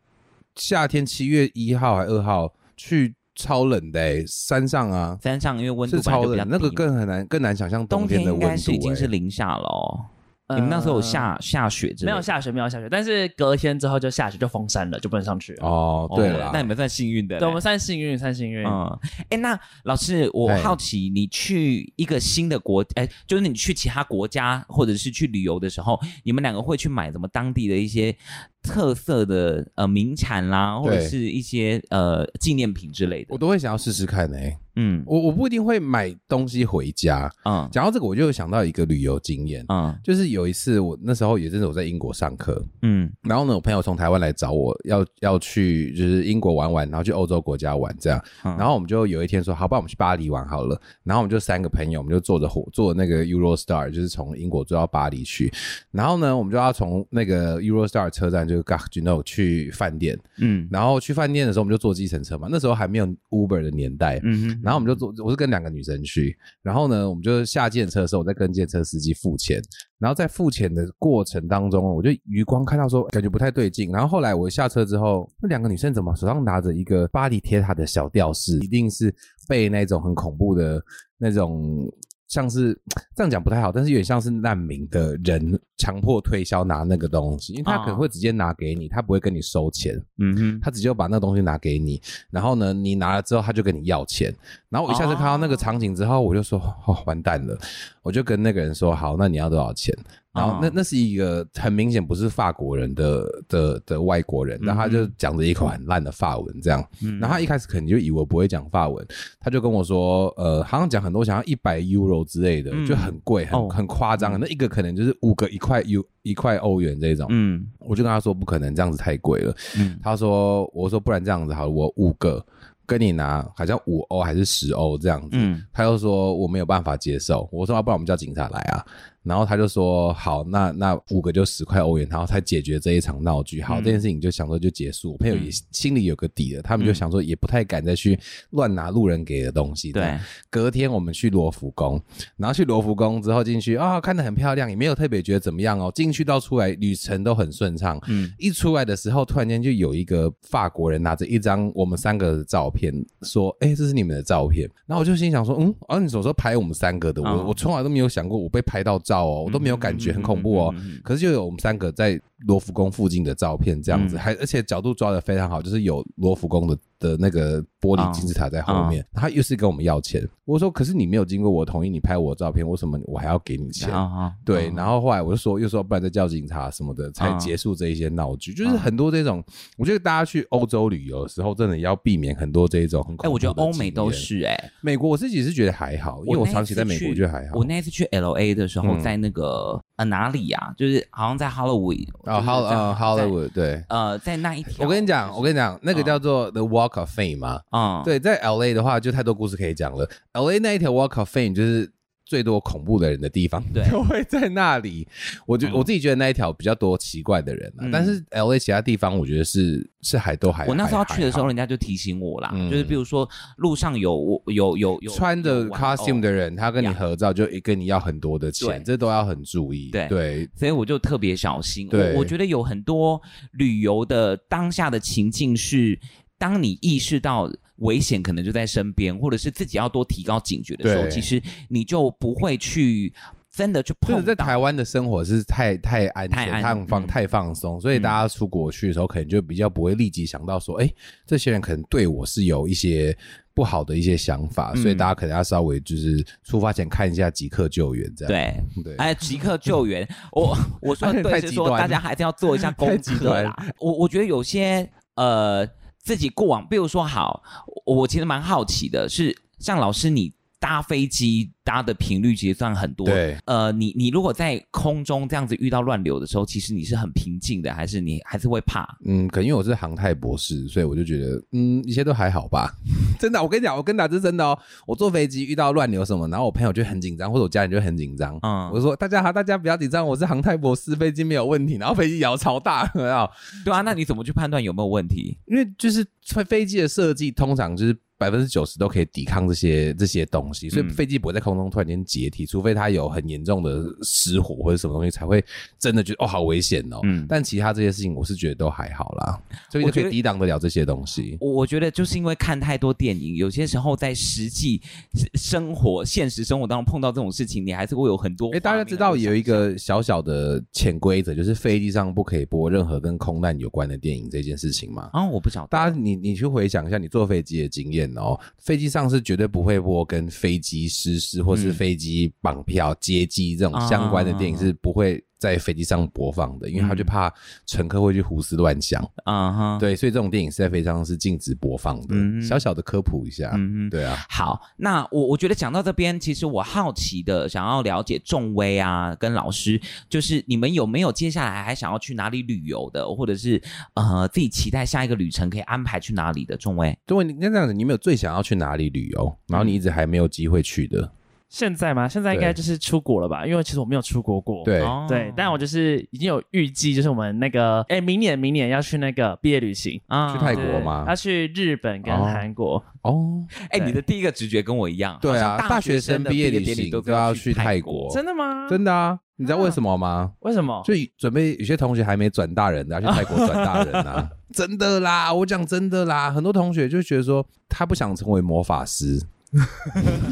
夏天七月一号还二号去，超冷的、欸，山上啊
山上，因为温度
是
本来
超
就比较
冷，那个
低嘛
更很难更难想象
冬
天的
应
温
该
度、
是
欸。
已经是零下了哦。你们那时候有下呃下雪之类
没
的？
有下雪，没有下雪，但是隔天之后就下雪，就封山了，就不能上去了。
哦，对
哦
了，
那你们算幸运的嘞。
对，我们算幸运，算幸运。
嗯，哎，那老师，我
哎
好奇，你去一个新的国，哎，就是你去其他国家或者是去旅游的时候，你们两个会去买什么当地的一些特色的呃名产啦，或者
对
是一些呃纪念品之类的
我？都会想要试试看哎、
嗯
我我不一定会买东西回家。
嗯
讲到这个，我就想到一个旅游经验，
嗯
就是有一次我那时候也真的我在英国上课，
嗯
然后呢，我朋友从台湾来找我，要要去就是英国玩玩，然后去欧洲国家玩这样。
嗯
然后我们就有一天说，好吧，我们去巴黎玩好了。然后我们就三个朋友，我们就坐着火坐那个 Eurostar，就是从英国坐到巴黎去。然后呢，我们就要从那个 Eurostar 车站就是 g a g i n o 去饭店。
嗯
然后去饭店的时候，我们就坐计程车嘛，那时候还没有 Uber 的年代。
嗯
然后我们就坐，我是跟两个女生去，然后呢，我们就下建车的时候，我在跟建车司机付钱，然后在付钱的过程当中，我就余光看到说感觉不太对劲，然后后来我下车之后，那两个女生怎么手上拿着一个巴黎铁塔的小吊饰，一定是被那种很恐怖的那种。像是这样讲不太好，但是有点像是难民的人强迫推销拿那个东西，因为他可能会直接拿给你，他不会跟你收钱。
嗯哼，
他直接把那个东西拿给你，然后呢，你拿了之后他就跟你要钱，然后我一下子看到那个场景之后，我就说哦完蛋了，我就跟那个人说好，那你要多少钱？然后那
哦
那是一个很明显不是法国人的的的外国人，然后他就讲着一口很烂的法文这样，
嗯
然后他一开始可能就以为我不会讲法文，他就跟我说呃好像讲很多，想要一百 euro 之类的，
嗯
就很贵很、
哦
很夸张，那一个可能就是五个一块 u 一块欧元这种，
嗯
我就跟他说不可能这样子太贵了。
嗯
他说，我说不然这样子好了，我五个跟你拿，好像五欧还是十欧这样子。
嗯
他又说我没有办法接受，我说要、不然我们叫警察来啊。然后他就说好，那那五个就十块欧元，然后才解决这一场闹剧。好，
嗯
这件事情就想说就结束。我朋友也心里有个底了，他
嗯
们就想说也不太敢再去乱拿路人给的东西。这样
对，
隔天我们去罗浮宫，然后去罗浮宫之后进去啊、看得很漂亮，也没有特别觉得怎么样哦。进去到出来旅程都很顺畅，
嗯
一出来的时候，突然间就有一个法国人拿着一张我们三个的照片，说：“哎、这是你们的照片。”然后我就心想说：“嗯，啊，你什么时候拍我们三个的？我、
哦
我从来都没有想过我被拍到照哦，我都没有感觉，很恐怖哦。
嗯嗯嗯嗯嗯
可是就有我们三个在罗浮宫附近的照片，这样子，
嗯
还而且角度抓的非常好，就是有罗浮宫的的那个玻璃金字塔在后
嗯
面。他又是跟我们要钱，我说：“可是你没有经过我同意，你拍我的照片，为什么我还要给你钱？”
然后
对，
嗯
然后后来我就说，又说不然再叫警察什么的，才
嗯
结束这一些闹剧。就是很多这种，我觉得大家去欧洲旅游的时候，真的要避免很多这一种很恐怖
哎，我觉得
的
欧美
经
都
验。
是哎，
美国我自己是觉得还好，因为我
那一
长期
次
在美国
去
就还好。
我那一次去 L A 的时候，
嗯
在那个、呃哪里啊？就是好像在 Halloween
哦
就是
，Hol
在
呃
在
Hollywood 对。
呃，在那一条。
我跟你讲，我跟你讲，那个
嗯
叫做 The Walk of Fame 啊嘛，
嗯，
对，在 L A 的话，就太多故事可以讲了。L A 那一条 Walk of Fame 就是。最多恐怖的人的地方， (laughs)
对
都会在那里。我就、我自己觉得那一条比较多奇怪的人、啊
嗯
但是 L A 其他地方我觉得是是还都还。
我那时候
还
去的时
还
候，
好
人家就提醒我啦，
嗯
就是比如说路上有我有有有
穿着
有玩偶
costume 的人，他跟你
呀
合照就跟你要很多的钱，
对
这都要很注意。
对
对，
所以我就特别小心。
对
我我觉得有很多旅游的当下的情境是，当你意识到危险可能就在身边，或者是自己要多提高警觉的时候，
对
其实你就不会去真的去
就是
碰
在
到
台湾的生活是太太安全、
太安
太放、
嗯
太放松，所以
嗯
大家出国去的时候，可能就比较不会立即想到说，哎、这些人可能对我是有一些不好的一些想法，
嗯
所以大家可能要稍微就是出发前看一下即刻救援这样。
对。
对，
哎，即刻救援！我我说的
(laughs) 太
对
极
是说，
端
大家还是要做一下
(laughs)
功
太极
课啦。我我觉得有些呃，自己过往，比如说好，我我其实蛮好奇的是，像老师你搭飞机搭的频率其实算很多，
对
呃，你你如果在空中这样子遇到乱流的时候，其实你是很平静的，还是你还是会怕？
嗯，可能因为我是航太博士，所以我就觉得，嗯，一切都还好吧。 (laughs) 真的，我跟你讲，我跟你讲，这是真的哦。我坐飞机遇到乱流什么，然后我朋友就很紧张，或者我家人就很紧张。
嗯
我就说大家好，大家不要紧张，我是航太博士，飞机没有问题。然后飞机摇超大， (laughs) 有没有
对啊，那你怎么去判断有没有问题？
因为就是飞飞机的设计，通常就是百分之九十都可以抵抗这些这些东西，所以
嗯
飞机不会在空中突然间解体，除非它有很严重的失火或者什么东西，才会真的觉得哦好危险哦。
嗯
但其他这些事情，我是觉得都还好啦，所以就
我
可
觉得
以抵挡得了这些东西。
我我觉得就是因为看太多电影，有些时候在实际生活、现实生活当中碰到这种事情，你还是会有很多。
哎，大家知道有一，个小小的潜规则，就是飞机上不可以播任何跟空难有关的电影这件事情吗？
啊、我不晓得。
大家你你去回想一下你坐飞机的经验哦，飞机上是绝对不会播跟飞机失事或是
嗯
飞机绑票、接机这种相关的电影
啊嗯
是不会在飞机上播放的，因为他就怕乘客会去胡思乱想。
啊哈，，
对，所以这种电影是在飞机上是禁止播放的。
嗯
小小的科普一下，
嗯哼。
对啊，
好，那我我觉得讲到这边，其实我好奇的想要了解仲威啊，跟老师，就是你们有没有接下来还想要去哪里旅游的，或者是呃自己期待下一个旅程可以安排去哪里的？仲威，
如果你那这样子，你有没有最想要去哪里旅游？然后你一直还没有机会去的，
现在吗？现在应该
对
就是出国了吧？因为其实我没有出国过。
对。
哦
对，但我就是已经有预计，就是我们那个哎，明年明年要去那个毕业旅行，
啊
去泰国
对
吗
要去日本跟
哦
韩国。
哦，
哎、
对
你的第一个直觉跟我一样，
对啊
好像
大
大
学生
的
毕
毕
业
业
旅
典
行
礼都
都要去
去
泰
国
国。
真的吗？
哦真的啊，你知道为什么吗？
为什么？
所以准备有些同学还没转大人的、啊，去泰国转大人啊，真的啦，我讲真的啦，很多同学就觉得说他不想成为魔法师，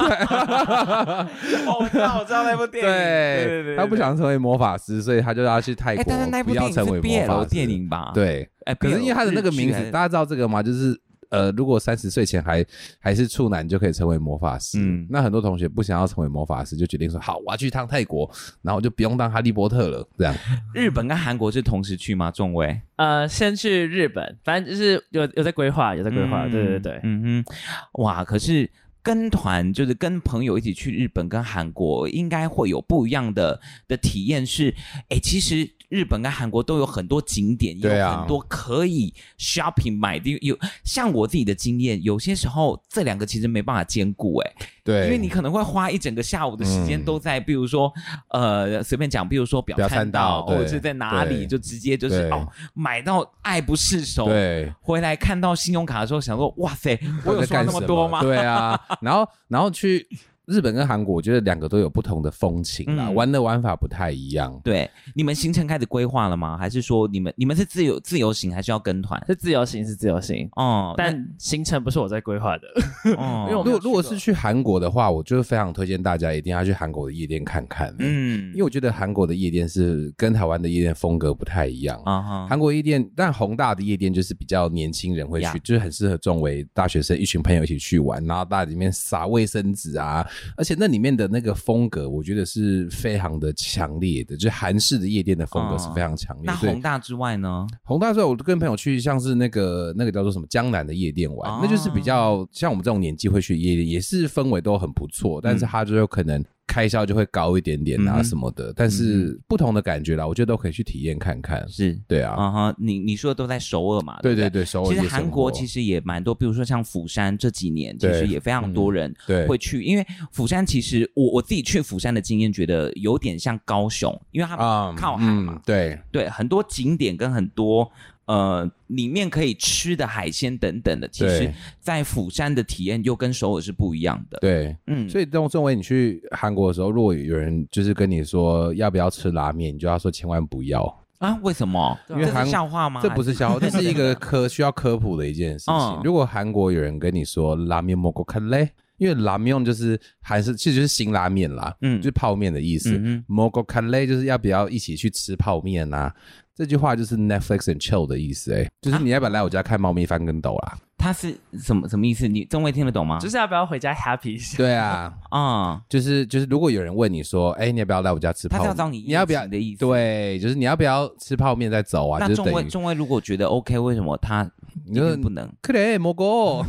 哦，我知道，我知道那部电影，对对对，
他不
对
想成为魔法师，所以他就要去泰
哎、
国，
但是那部
不要
电影
成为
是
魔
BL
法师
电影吧？，
对，
哎、
(laughs) 可是因为他的那个名字，
BL
大家知道这个吗？就是呃，如果三十岁前还还是处男，就可以成为魔法师。
嗯
那很多同学不想要成为魔法师，就决定说好，我要去趟泰国，然后我就不用当哈利波特了，这样。
日本跟韩国是同时去吗？仲威
呃，先去日本，反正就是有有在规划，有在规划。对对对，
嗯哼，哇，可是。跟团就是跟朋友一起去日本跟韩国，应该会有不一样的的体验是。哎，其实日本跟韩国都有很多景点，也
对
有
啊
很多可以 shopping 买的。有像我自己的经验，有些时候这两个其实没办法兼顾。哎，
对，
因为你可能会花一整个下午的时间
嗯
都在，比如说，呃，随便讲，比如说表
表参
参道，
道
或者
对
是在哪
对
里，就直接就是
对
哦，买到爱不释手。
对。
回来看到信用卡的时候，想说，哇塞，我
我
有
在
刷
干
那
什
么多吗？
对啊，然后然后去日本跟韩国，我觉得两个都有不同的风情啦，
嗯
玩的玩法不太一样。
对，你们行程开始规划了吗？还是说你们你们是自由自由行，还是要跟团？
是自由行，是自由行，
哦，
但行程不是我在规划的。
那哦
(laughs)
因为我
如
没有
果
去
如果是去韩国的话，我就非常推荐大家一定要去韩国的夜店看看。嗯，
嗯
因为我觉得韩国的夜店是跟台湾的夜店风格不太一样。
啊哈，
韩国夜店，但宏大的夜店就是比较年轻人会去
呀
就是很适合作为大学生一群朋友一起去玩，然后大家里面撒卫生纸啊，而且那里面的那个风格，我觉得是非常的强烈的，就是韩式的夜店的风格是非常强烈。
啊那
所以
宏大之外呢？
宏大之后，我跟朋友去像是那个那个叫做什么江南的夜店玩，
哦
那就是比较像我们这种年纪会去夜店，也是氛围都很不错，但是它就有可能。开销就会高一点点
嗯
啊
哼
什么的，但是不同的感觉啦，我觉得都可以去体验看看。
嗯是，
对啊，
啊哈，你你说的都在首尔嘛？
对
不
对对，首尔
其
夜
实
生
韩国
活
其实也蛮多，比如说像釜山这几年，其实
对嗯
也非常多人
对
会去，因为釜山其实我我自己去釜山的经验，觉得有点像高雄，因为它
啊
靠海嘛，
嗯对，
对很多景点跟很多呃里面可以吃的海鲜等等的，其实
对
在釜山的体验又跟首尔是不一样的。，
对，
嗯，
所以钟钟伟，你去韩国的时候，如果有人就是跟你说要不要吃拉面，你就要说千万不要，
啊，为什么？
因
为
这
韩
是笑话吗？
这不是笑话，这是一
(laughs)
个科需要科普的一件事情
嗯。
如果韩国有人跟你说拉面莫过看嘞，因为拉面就是韩式，其实就是辛拉面啦，
嗯
就是泡面的意思
嗯哼。
莫过看嘞就是要不要一起去吃泡面啊？这句话就是 Netflix and chill 的意思、欸，
啊
就是你要不要来我家看猫咪翻跟斗啊
(laughs)
啦？
他是什么什么意思？你中尉听得懂
(laughs)
吗？
就是是要不要回家 happy 一下？
对啊，
啊，
就是就是，如果有人问你说，哎、你要不要来我家吃泡
他是
面？
要找你
要不要
应酬的意思
对，就是你要不要吃泡面再走啊？
那
就是
中
等
尉
于
中尉如果觉得 OK，为什么他
你就
一定不能？
克雷蘑
(laughs)
菇，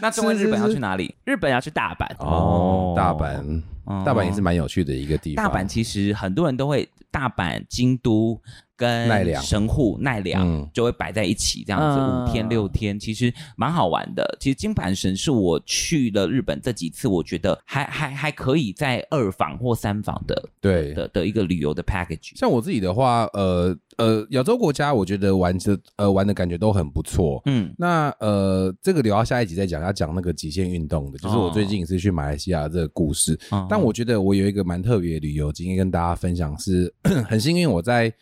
那中尉日本要去哪里？
日本要去大阪，
哦，大阪，
哦
大阪也是蛮有趣的一个地方。
大阪其实很多人都会大阪、京都跟
奈良
神户、奈
嗯
良就会摆在一起，这样子
嗯
五天六天，其实蛮好玩的。其实金板神是我去了日本这几次，我觉得还还还可以在二访或三访的
对，
的的一个旅游的 package。
像我自己的话，呃呃，亚洲国家我觉得玩的呃玩的感觉都很不错。
嗯
那呃，这个留到下一集再讲，要讲那个极限运动的，
哦
就是我最近一次去马来西亚的这个故事。
嗯
但我觉得我有一个蛮特别的旅游经验跟大家分享是， (clears throat) 很幸运我在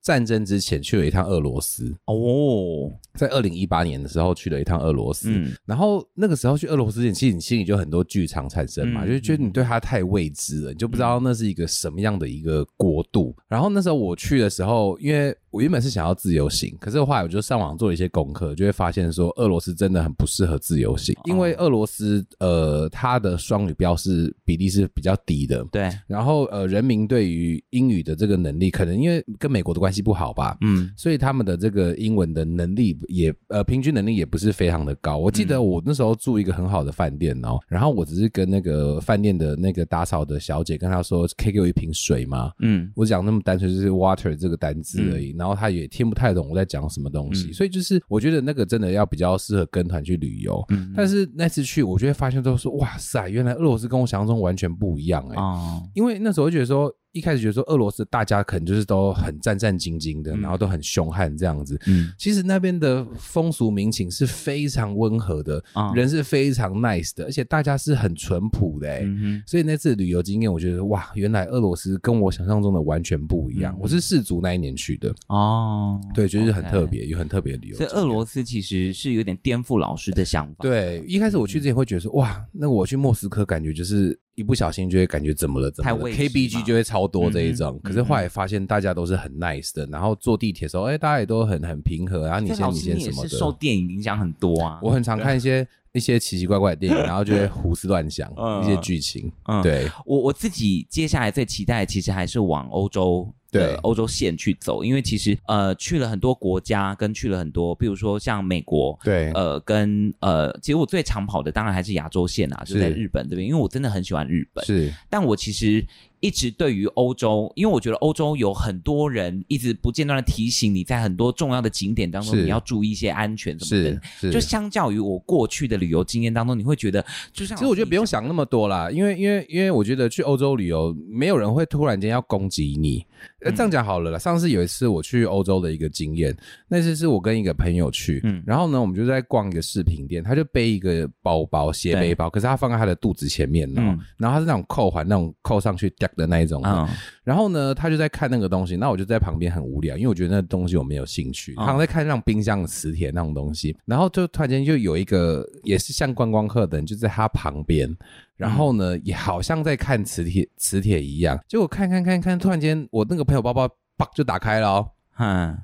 战争之前去了一趟俄罗斯，
哦，
在二零一八年的时候去了一趟俄罗斯。
嗯
然后那个时候去俄罗斯之前，其实你心里就很多剧场产生嘛，
嗯
就是觉得你对它太未知了，你就不知道那是一个什么样的一个国度。然后那时候我去的时候，因为我原本是想要自由行，可是后来我就上网做了一些功课，就会发现说俄罗斯真的很不适合自由行，因为
哦
俄罗斯呃它的双语标是比例是比较低的，
对，
然后呃，人民对于英语的这个能力，可能因为跟美国的关系不好吧，
嗯
所以他们的这个英文的能力也呃平均能力也不是非常的高。我记
嗯
得我那时候住一个很好的饭店哦，然后我只是跟那个饭店的那个打扫的小姐跟她说，可以给我一瓶水吗？
嗯
我讲那么单纯就是 water 这个单字而已，然后她也听不太懂我在讲什么东西，
嗯
所以就是我觉得那个真的要比较适合跟团去旅游。
嗯
但是那次去，我就会发现都说，哇塞，原来俄罗斯跟我想象中完全不一样哎、
哦，
因为那时候就觉得说，一开始觉得说俄罗斯大家可能就是都很战战兢兢的，
嗯
然后都很凶悍这样子。
嗯
其实那边的风俗民情是非常温和的，
啊
人是非常 nice 的，而且大家是很淳朴的、欸。
嗯哼
所以那次旅游经验，我觉得哇，原来俄罗斯跟我想象中的完全不一样。
嗯
我是氏族那一年去的，
哦，
对，就是很
OK
特别，有很特别的旅游经
所
验。
以俄罗斯其实是有点颠覆老师的想法。
对，一开始我
嗯
去之前会觉得说，哇，那我去莫斯科，感觉就是一不小心就会感觉怎么了，怎么
太
了
未知嘛
，KBG 就会超多这一种
嗯。哼
可是后来发现大家都是很 nice 的，然后坐地铁的时候，哎，大家也都很很平和，然后你
所以
先
老师
先
也
什么
是受
的。
电影影响很多啊。
我很常看一些一些奇奇怪怪的电影，然后就会胡思乱
(laughs)
想
嗯
一些剧情。
嗯
对，
我我自己接下来最期待，其实还是往欧洲
对
的欧洲线去走，因为其实呃去了很多国家，跟去了很多，比如说像美国。
对，
呃，跟呃，其实我最常跑的当然还是亚洲线啊，就是在日本这边，因为我真的很喜欢日本。
是，
但我其实一直对于欧洲，因为我觉得欧洲有很多人一直不间断的提醒你，在很多重要的景点当中，
是
你要注意一些安全什么
是
的。
是，
就相较于我过去的旅游经验当中，你会觉得，就像
其实我觉得不用想那么多啦，因为因为因为我觉得去欧洲旅游，没有人会突然间要攻击你。呃，
嗯
这样讲好了啦。上次有一次我去欧洲的一个经验，那次是我跟一个朋友去，
嗯
然后呢，我们就在逛一个饰品店，他就背一个包包，斜背包，可是他放在他的肚子前面哦，
嗯
然后他是那种扣环，那种扣上去掉的那一种的，
嗯
然后呢，他就在看那个东西，那我就在旁边很无聊，因为我觉得那东西我没有兴趣。
嗯
他在看那种冰箱的磁铁那种东西，然后就突然间就有一个也是像观光客的人就在他旁边，然后呢、也好像在看磁铁磁铁一样，结果看看看看，突然间我那个朋友包包叭就打开了、哦，
嗯，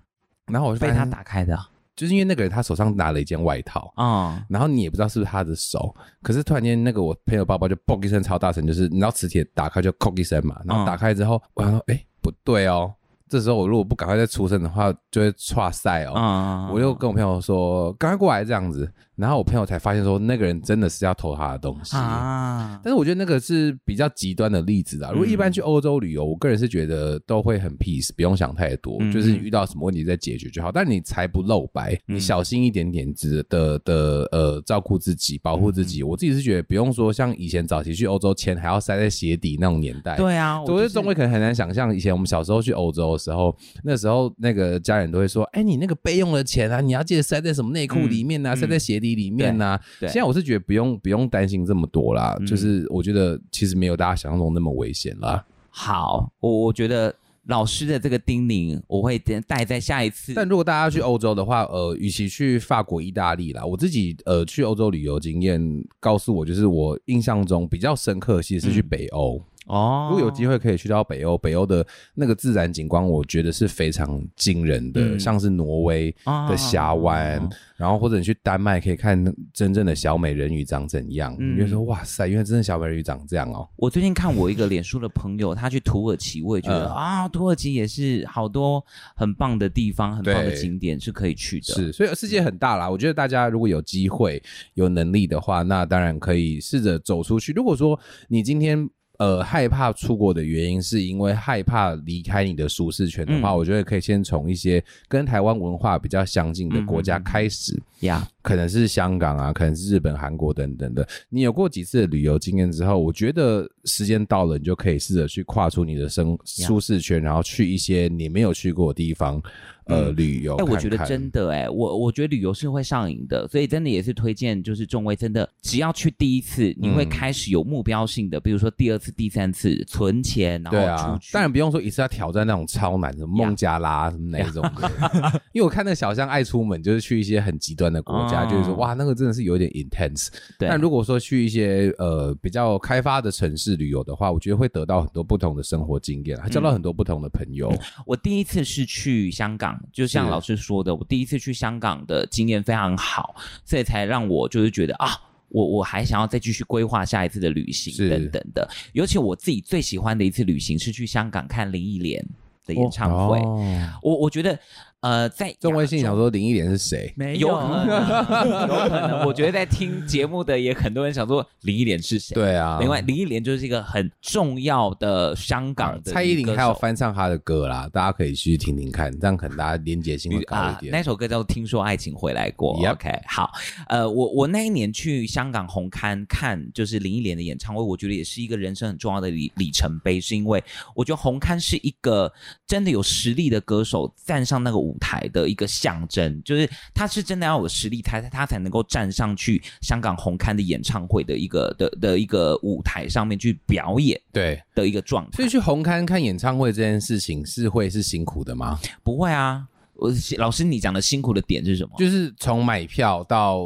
然后我就
被
发现
他，打开的
就是因为那个人他手上拿了一件外套。
啊，
然后你也不知道是不是他的手，可是突然间那个我朋友包包就嘣一声超大声，就是你知道磁铁打开就扣一声嘛，然
嗯
后打开之后，我想说，哎、不对哦，这时候我如果不赶快再出声的话，就会岔赛哦。
嗯，
我就跟我朋友说，赶快过来这样子，然后我朋友才发现说，那个人真的是要偷他的东西。
啊，嗯
但是我觉得那个是比较极端的例子啦。啊如果一般去欧洲旅游，我个人是觉得都会很 peace，不用想太多，
嗯
就是你遇到什么问题再解决就好。但你才不露白，
嗯
你小心一点点之的的呃，照顾自己，保护自
嗯
己。我自己是觉得不用说像以前早期去欧洲钱还要塞在鞋底那种年代，
对啊，
我觉
就
得中国可能很难想象，以前我们小时候去欧洲的时候，那时候那个家人都会说：“哎，你那个备用的钱啊，你要记得塞在什么内裤里面啊，
嗯
塞在鞋底里面啊。
对对
现在我是觉得不用不用担心这么多啦，
嗯
就是我觉得其实没有大家想象中那么危险啦。
好，我我觉得老师的这个叮咛，我会带在下一次。
但如果大家去欧洲的话，呃，与其去法国、意大利啦，我自己呃去欧洲旅游经验告诉我，就是我印象中比较深刻，其实是去北欧。
哦
如果有机会可以去到北欧，北欧的那个自然景观，我觉得是非常惊人的，
嗯啊
像是挪威的峡湾，
哦
然后或者你去丹麦可以看真正的小美人鱼长怎样，
嗯
你就说哇塞，原来真的小美人鱼长这样哦。
我最近看我一个脸书的朋友，他去土耳其，我也觉得
嗯
啊、土耳其也是好多很棒的地方，很棒的
对
景点是可以去的。
是，所以世界很大啦。我觉得大家如果有机会、有能力的话，那当然可以试着走出去。如果说你今天呃害怕出国的原因是因为害怕离开你的舒适圈的话，
嗯
我觉得可以先从一些跟台湾文化比较相近的国家
嗯嗯嗯
开始。
呀，
可能是香港啊，可能是日本、韩国等等的。你有过几次的旅游经验之后，我觉得时间到了，你就可以试着去跨出你的生舒适圈，然后去一些你没有去过的地方，呃，旅游
哎、
看看。
我觉得真的哎、我我觉得旅游是会上瘾的，所以真的也是推荐，就是众威真的只要去第一次，你会
嗯
开始有目标性的，比如说第二次、第三次存钱，然
对
后
啊
出，去。
当然不用说一次要挑战那种超难的孟加拉什么那一种的， (laughs) 因为我看那个小象爱出门，就是去一些很极端的国家，
哦
就是说哇，那个真的是有点 intense。
对，
但如果说去一些呃比较开发的城市旅游的话，我觉得会得到很多不同的生活经验，还交
嗯
到很多不同的朋友。
我第一次是去香港，就像
是
老师说的，我第一次去香港的经验非常好，所以才让我就是觉得啊。我我还想要再继续规划下一次的旅行
是
等等的，尤其我自己最喜欢的一次旅行是去香港看林忆莲的演唱会。
哦
我我觉得呃，在
郑微信
亚
想
洲
说林忆莲是谁？
没
有啊
有
可能，有可能，我觉得在听节目的也很多人想说林忆莲是谁。
对啊，
另外，林忆莲就是一个很重要的香港的
啊蔡依
女歌
林还有
手
翻唱她的歌啦，大家可以去听听看，这样可能大家连结性会高一
啊，那
点。
首歌叫《听说爱情回来过》。
Yep
OK，好，呃，我我那一年去香港红磡看就是林忆莲的演唱会，我觉得也是一个人生很重要的里里程碑，是因为我觉得红磡是一个真的有实力的歌手站上那个舞台的一个象征，就是他是真的要有实力，他他才能够站上去香港红磡的演唱会的一个的的一个舞台上面去表演
对，
的一个状态
所以。去红磡看演唱会这件事情是会是辛苦的吗？
不会啊，我老师你讲的辛苦的点是什么？
就是从买票到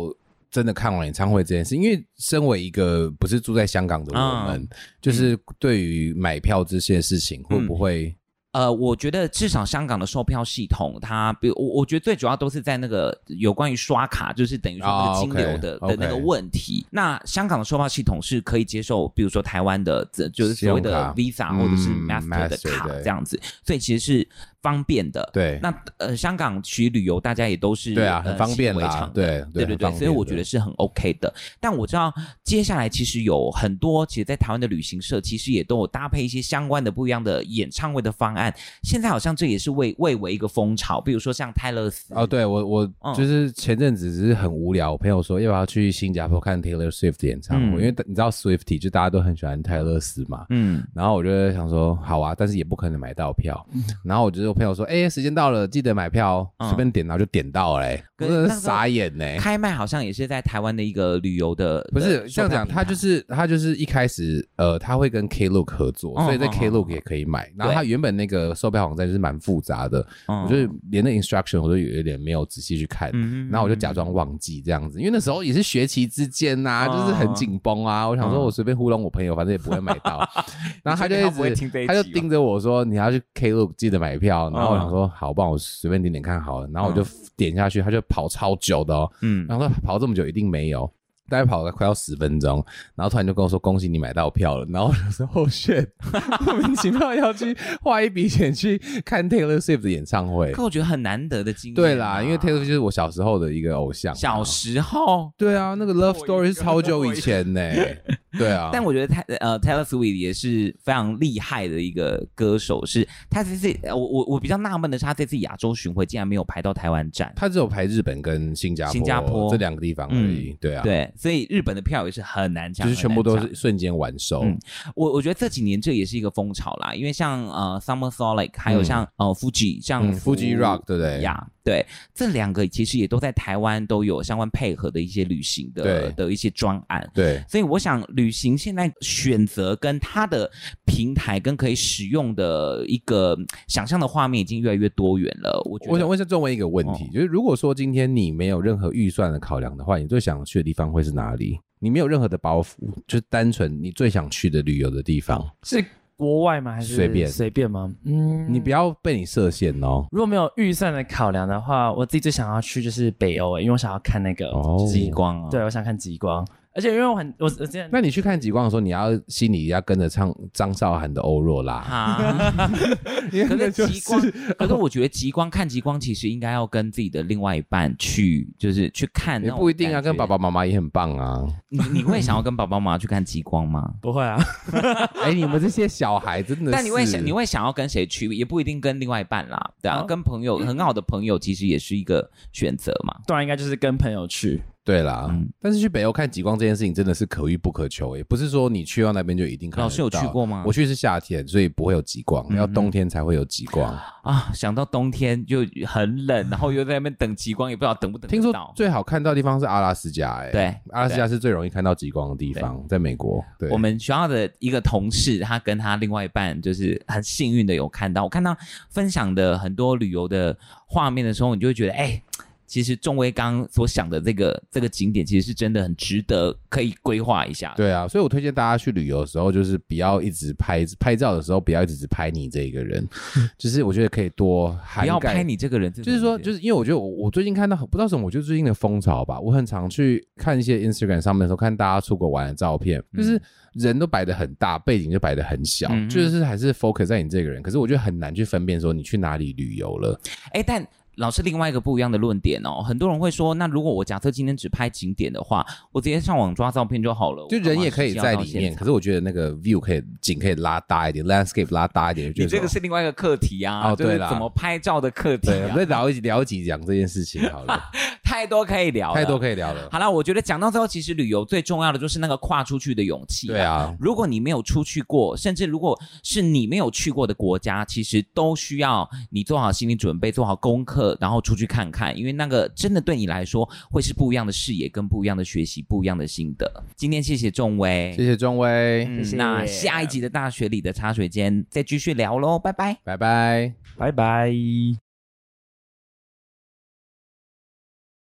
真的看完演唱会这件事，因为身为一个不是住在香港的我
嗯
们，就是对于买票这些事情会不会
呃，我觉得至少香港的售票系统，它比如我我觉得最主要都是在那个有关于刷卡，就是等于说那
啊
个金流的、
，OK，OK
的那个问题。那香港的售票系统是可以接受，比如说台湾的这就是所
信
谓的
用卡
Visa 或者是
嗯
Master 的
Master，
卡
对
这样子，所以其实是方便的。
对
那呃，香港去旅游大家也都是
对啊，
呃
很方便
习以为常
啦，
的
对
对对
很
对
方，便
所以我觉
的
得是很 OK 的。但我知道接下来其实有很多，其实，在台湾的旅行社其实也都有搭配一些相关的不一样的演唱会的方案。现在好像这也是为为为一个风潮，比如说像泰勒斯
哦，，对我我
嗯
就是前阵子只是很无聊，我朋友说要不要去新加坡看 Taylor Swift 演唱
嗯
会，因为你知道 Swifty 就大家都很喜欢泰勒斯嘛。
嗯，
然后我就想说，好啊，但是也不可能买到票。然后我就我朋友说，哎、时间到了，记得买票哦，
嗯
随便点，然后就点到了、欸，
可
我
是
真的
那时候
是傻眼呢、
开麦好像也是在台湾的一个旅游的，
哎不
的
是这
售
样
票
讲，
平
他
台
就是他就是一开始呃，他会跟 Klook 合作，
嗯
所以在
嗯嗯
Klook 也可以买。然后他原本那个售票网站就是蛮复杂的，
嗯
我就是连那 instruction 我都有一点没有仔细去看，
嗯
然后我就假装忘记这样子，因为那时候也是学期之间呐、
嗯
就是
哦
很紧绷啊。我想说
嗯
我随便糊弄我朋友，反正也不会买
(laughs)
到。然后他就
你确定他不会
一
听这一
直
集哦
他就
吗
盯着我说你要去 Klook 记得买票。然后我
嗯
想说好，不然我随便
嗯
点点看好了。然后我就点下去，他就跑超久的哦。
嗯
然后他跑这么久一定没有。大概跑了快要十分钟，然后突然就跟我说恭喜你买到票了，然后我就说 (laughs) 哦 shit，莫名其妙要去花一笔钱去看 Taylor Swift 的演唱会
可。我觉得很难得的经验、
呃对
啊
啦，因为 Taylor Swift 就是我小时候的一个偶像嘛。啊
小时候，
对啊，那个 Love
我一
Story
个
是超久以
(laughs)
前呢、 (laughs) 对啊，
但我觉得泰呃 Taylor Swift 也是非常厉害的一个歌手，是他这次呃我我我比较纳闷的是，他这次亚洲巡回竟然没有排到台湾站，
他只有排日本跟新加坡
新加坡嗯
这两个地方而已。对啊，，
对，所以日本的票也是很难抢，
就是全部
很难
都
抢
是瞬间完售。
嗯我我觉得这几年这也是一个风潮啦，因为像呃 Summer Sonic，还有像、呃 Fuji，像、
嗯，Fuji Rock，对不对
呀，对，这两个其实也都在台湾都有相关配合的一些旅行的
对
的一些专案。
对，
所以我想，旅行现在选择跟它的平台跟可以使用的一个嗯想象的画面已经越来越多元了。我觉得哦
我想问一下仲文一个问题，就是如果说今天你没有任何预算的考量的话，你最想去的地方会是哪里？你没有任何的包袱，就是单纯你最想去的旅游的地方，
(laughs) 是国外吗？还是
随便
随便吗？嗯，
你不要被你设限哦。
如果没有预算的考量的话，我自己最想要去就是北欧、欸，因为我想要看那个，
哦，
极光啊，
对我想看极光，而且因为我很我我之前？
那你去看极光的时候，你要心里要跟着唱张韶涵的《欧若拉》
啊，
(laughs) 因为
可
那
是
就
极光，可是我觉得极光看极光其实应该要跟自己的另外一半去，就是去看那
也
种感觉。
不一定啊，跟爸爸妈妈也很棒
(laughs)
啊。
你你会想要跟爸爸妈妈去看极光吗
(laughs)
不会啊，
哎，你们这些小孩真的是，
但你会想，你会想要跟谁去？也不一定跟另外一半啦，对啊，
哦
跟朋友很好的朋友其实也是一个选择嘛。
(laughs) 当然应该就是跟朋友去，
对啦，
嗯
但是去北欧看极光这件事情真的是可遇不可求、也不是说你去到那边就一定看得
老师有
到
去过吗嗯
我去是夏天，所以不会有极光，要冬天才会有极光。
啊，想到冬天就很冷，然后又在那边等极光，也不知道等不等
听
得
说
到。
最好看到的地方是阿拉斯加、哎，
对
阿拉斯加是最容易看到极光的地方，在美国。对，
我们学校的一个同事，他跟他另外一半就是很幸运的有看到，我看到分享的很多旅游的画面的时候，你就会觉得，哎、其实仲威刚所想的这个这个景点，其实是真的很值得可以规划一下。
对啊，所以我推荐大家去旅游的时候，就是不要一直拍拍照的时候，不要一直只拍你这一个
(laughs)
人，就是我觉得可以多涵
不要
盖
拍你这个人，这
就是说，
种
就是因为我觉得我我最近看到很不知道什么，我觉得最近的风潮吧，我很常去看一些 Instagram 上面的时候，看大家出国玩的照片，就是人都摆的很大，背景就摆的很小，
嗯嗯哼
就是还是 focus 在你这个人。可是我觉得很难去分辨说你去哪里旅游了。
哎，但老师另外一个不一样的论点哦，很多人会说，那如果我假设今天只拍景点的话，我直接上网抓照片就好了，
就人也可以在里
哦
面，可是我觉得那个 view 可以景可以拉大一点，landscape 拉大一点。就
你
觉
这
得
个
说
是另外一个课题
哦
啊，就是
对啦
怎么拍照的课题、
对，我们
啊，
再聊一聊几讲这件事情好 (laughs) 了，
太多可以聊，
太多
以。
可以聊了。
好了，我觉得讲到最后，其实旅游最重要的就是那个跨出去的勇气、
对，啊，
如果你没有出去过，甚至如果是你没有去过的国家，其实都需要你做好心理准备，做好功课，然后出去看看，因为那个真的对你来说会是不一样的视野、跟不一样的学习、不一样的心得。今天谢谢仲威，
谢谢庄威，
嗯
谢谢
那下一集的大学里的茶水间再继续聊喽，拜拜。
拜拜。
拜拜。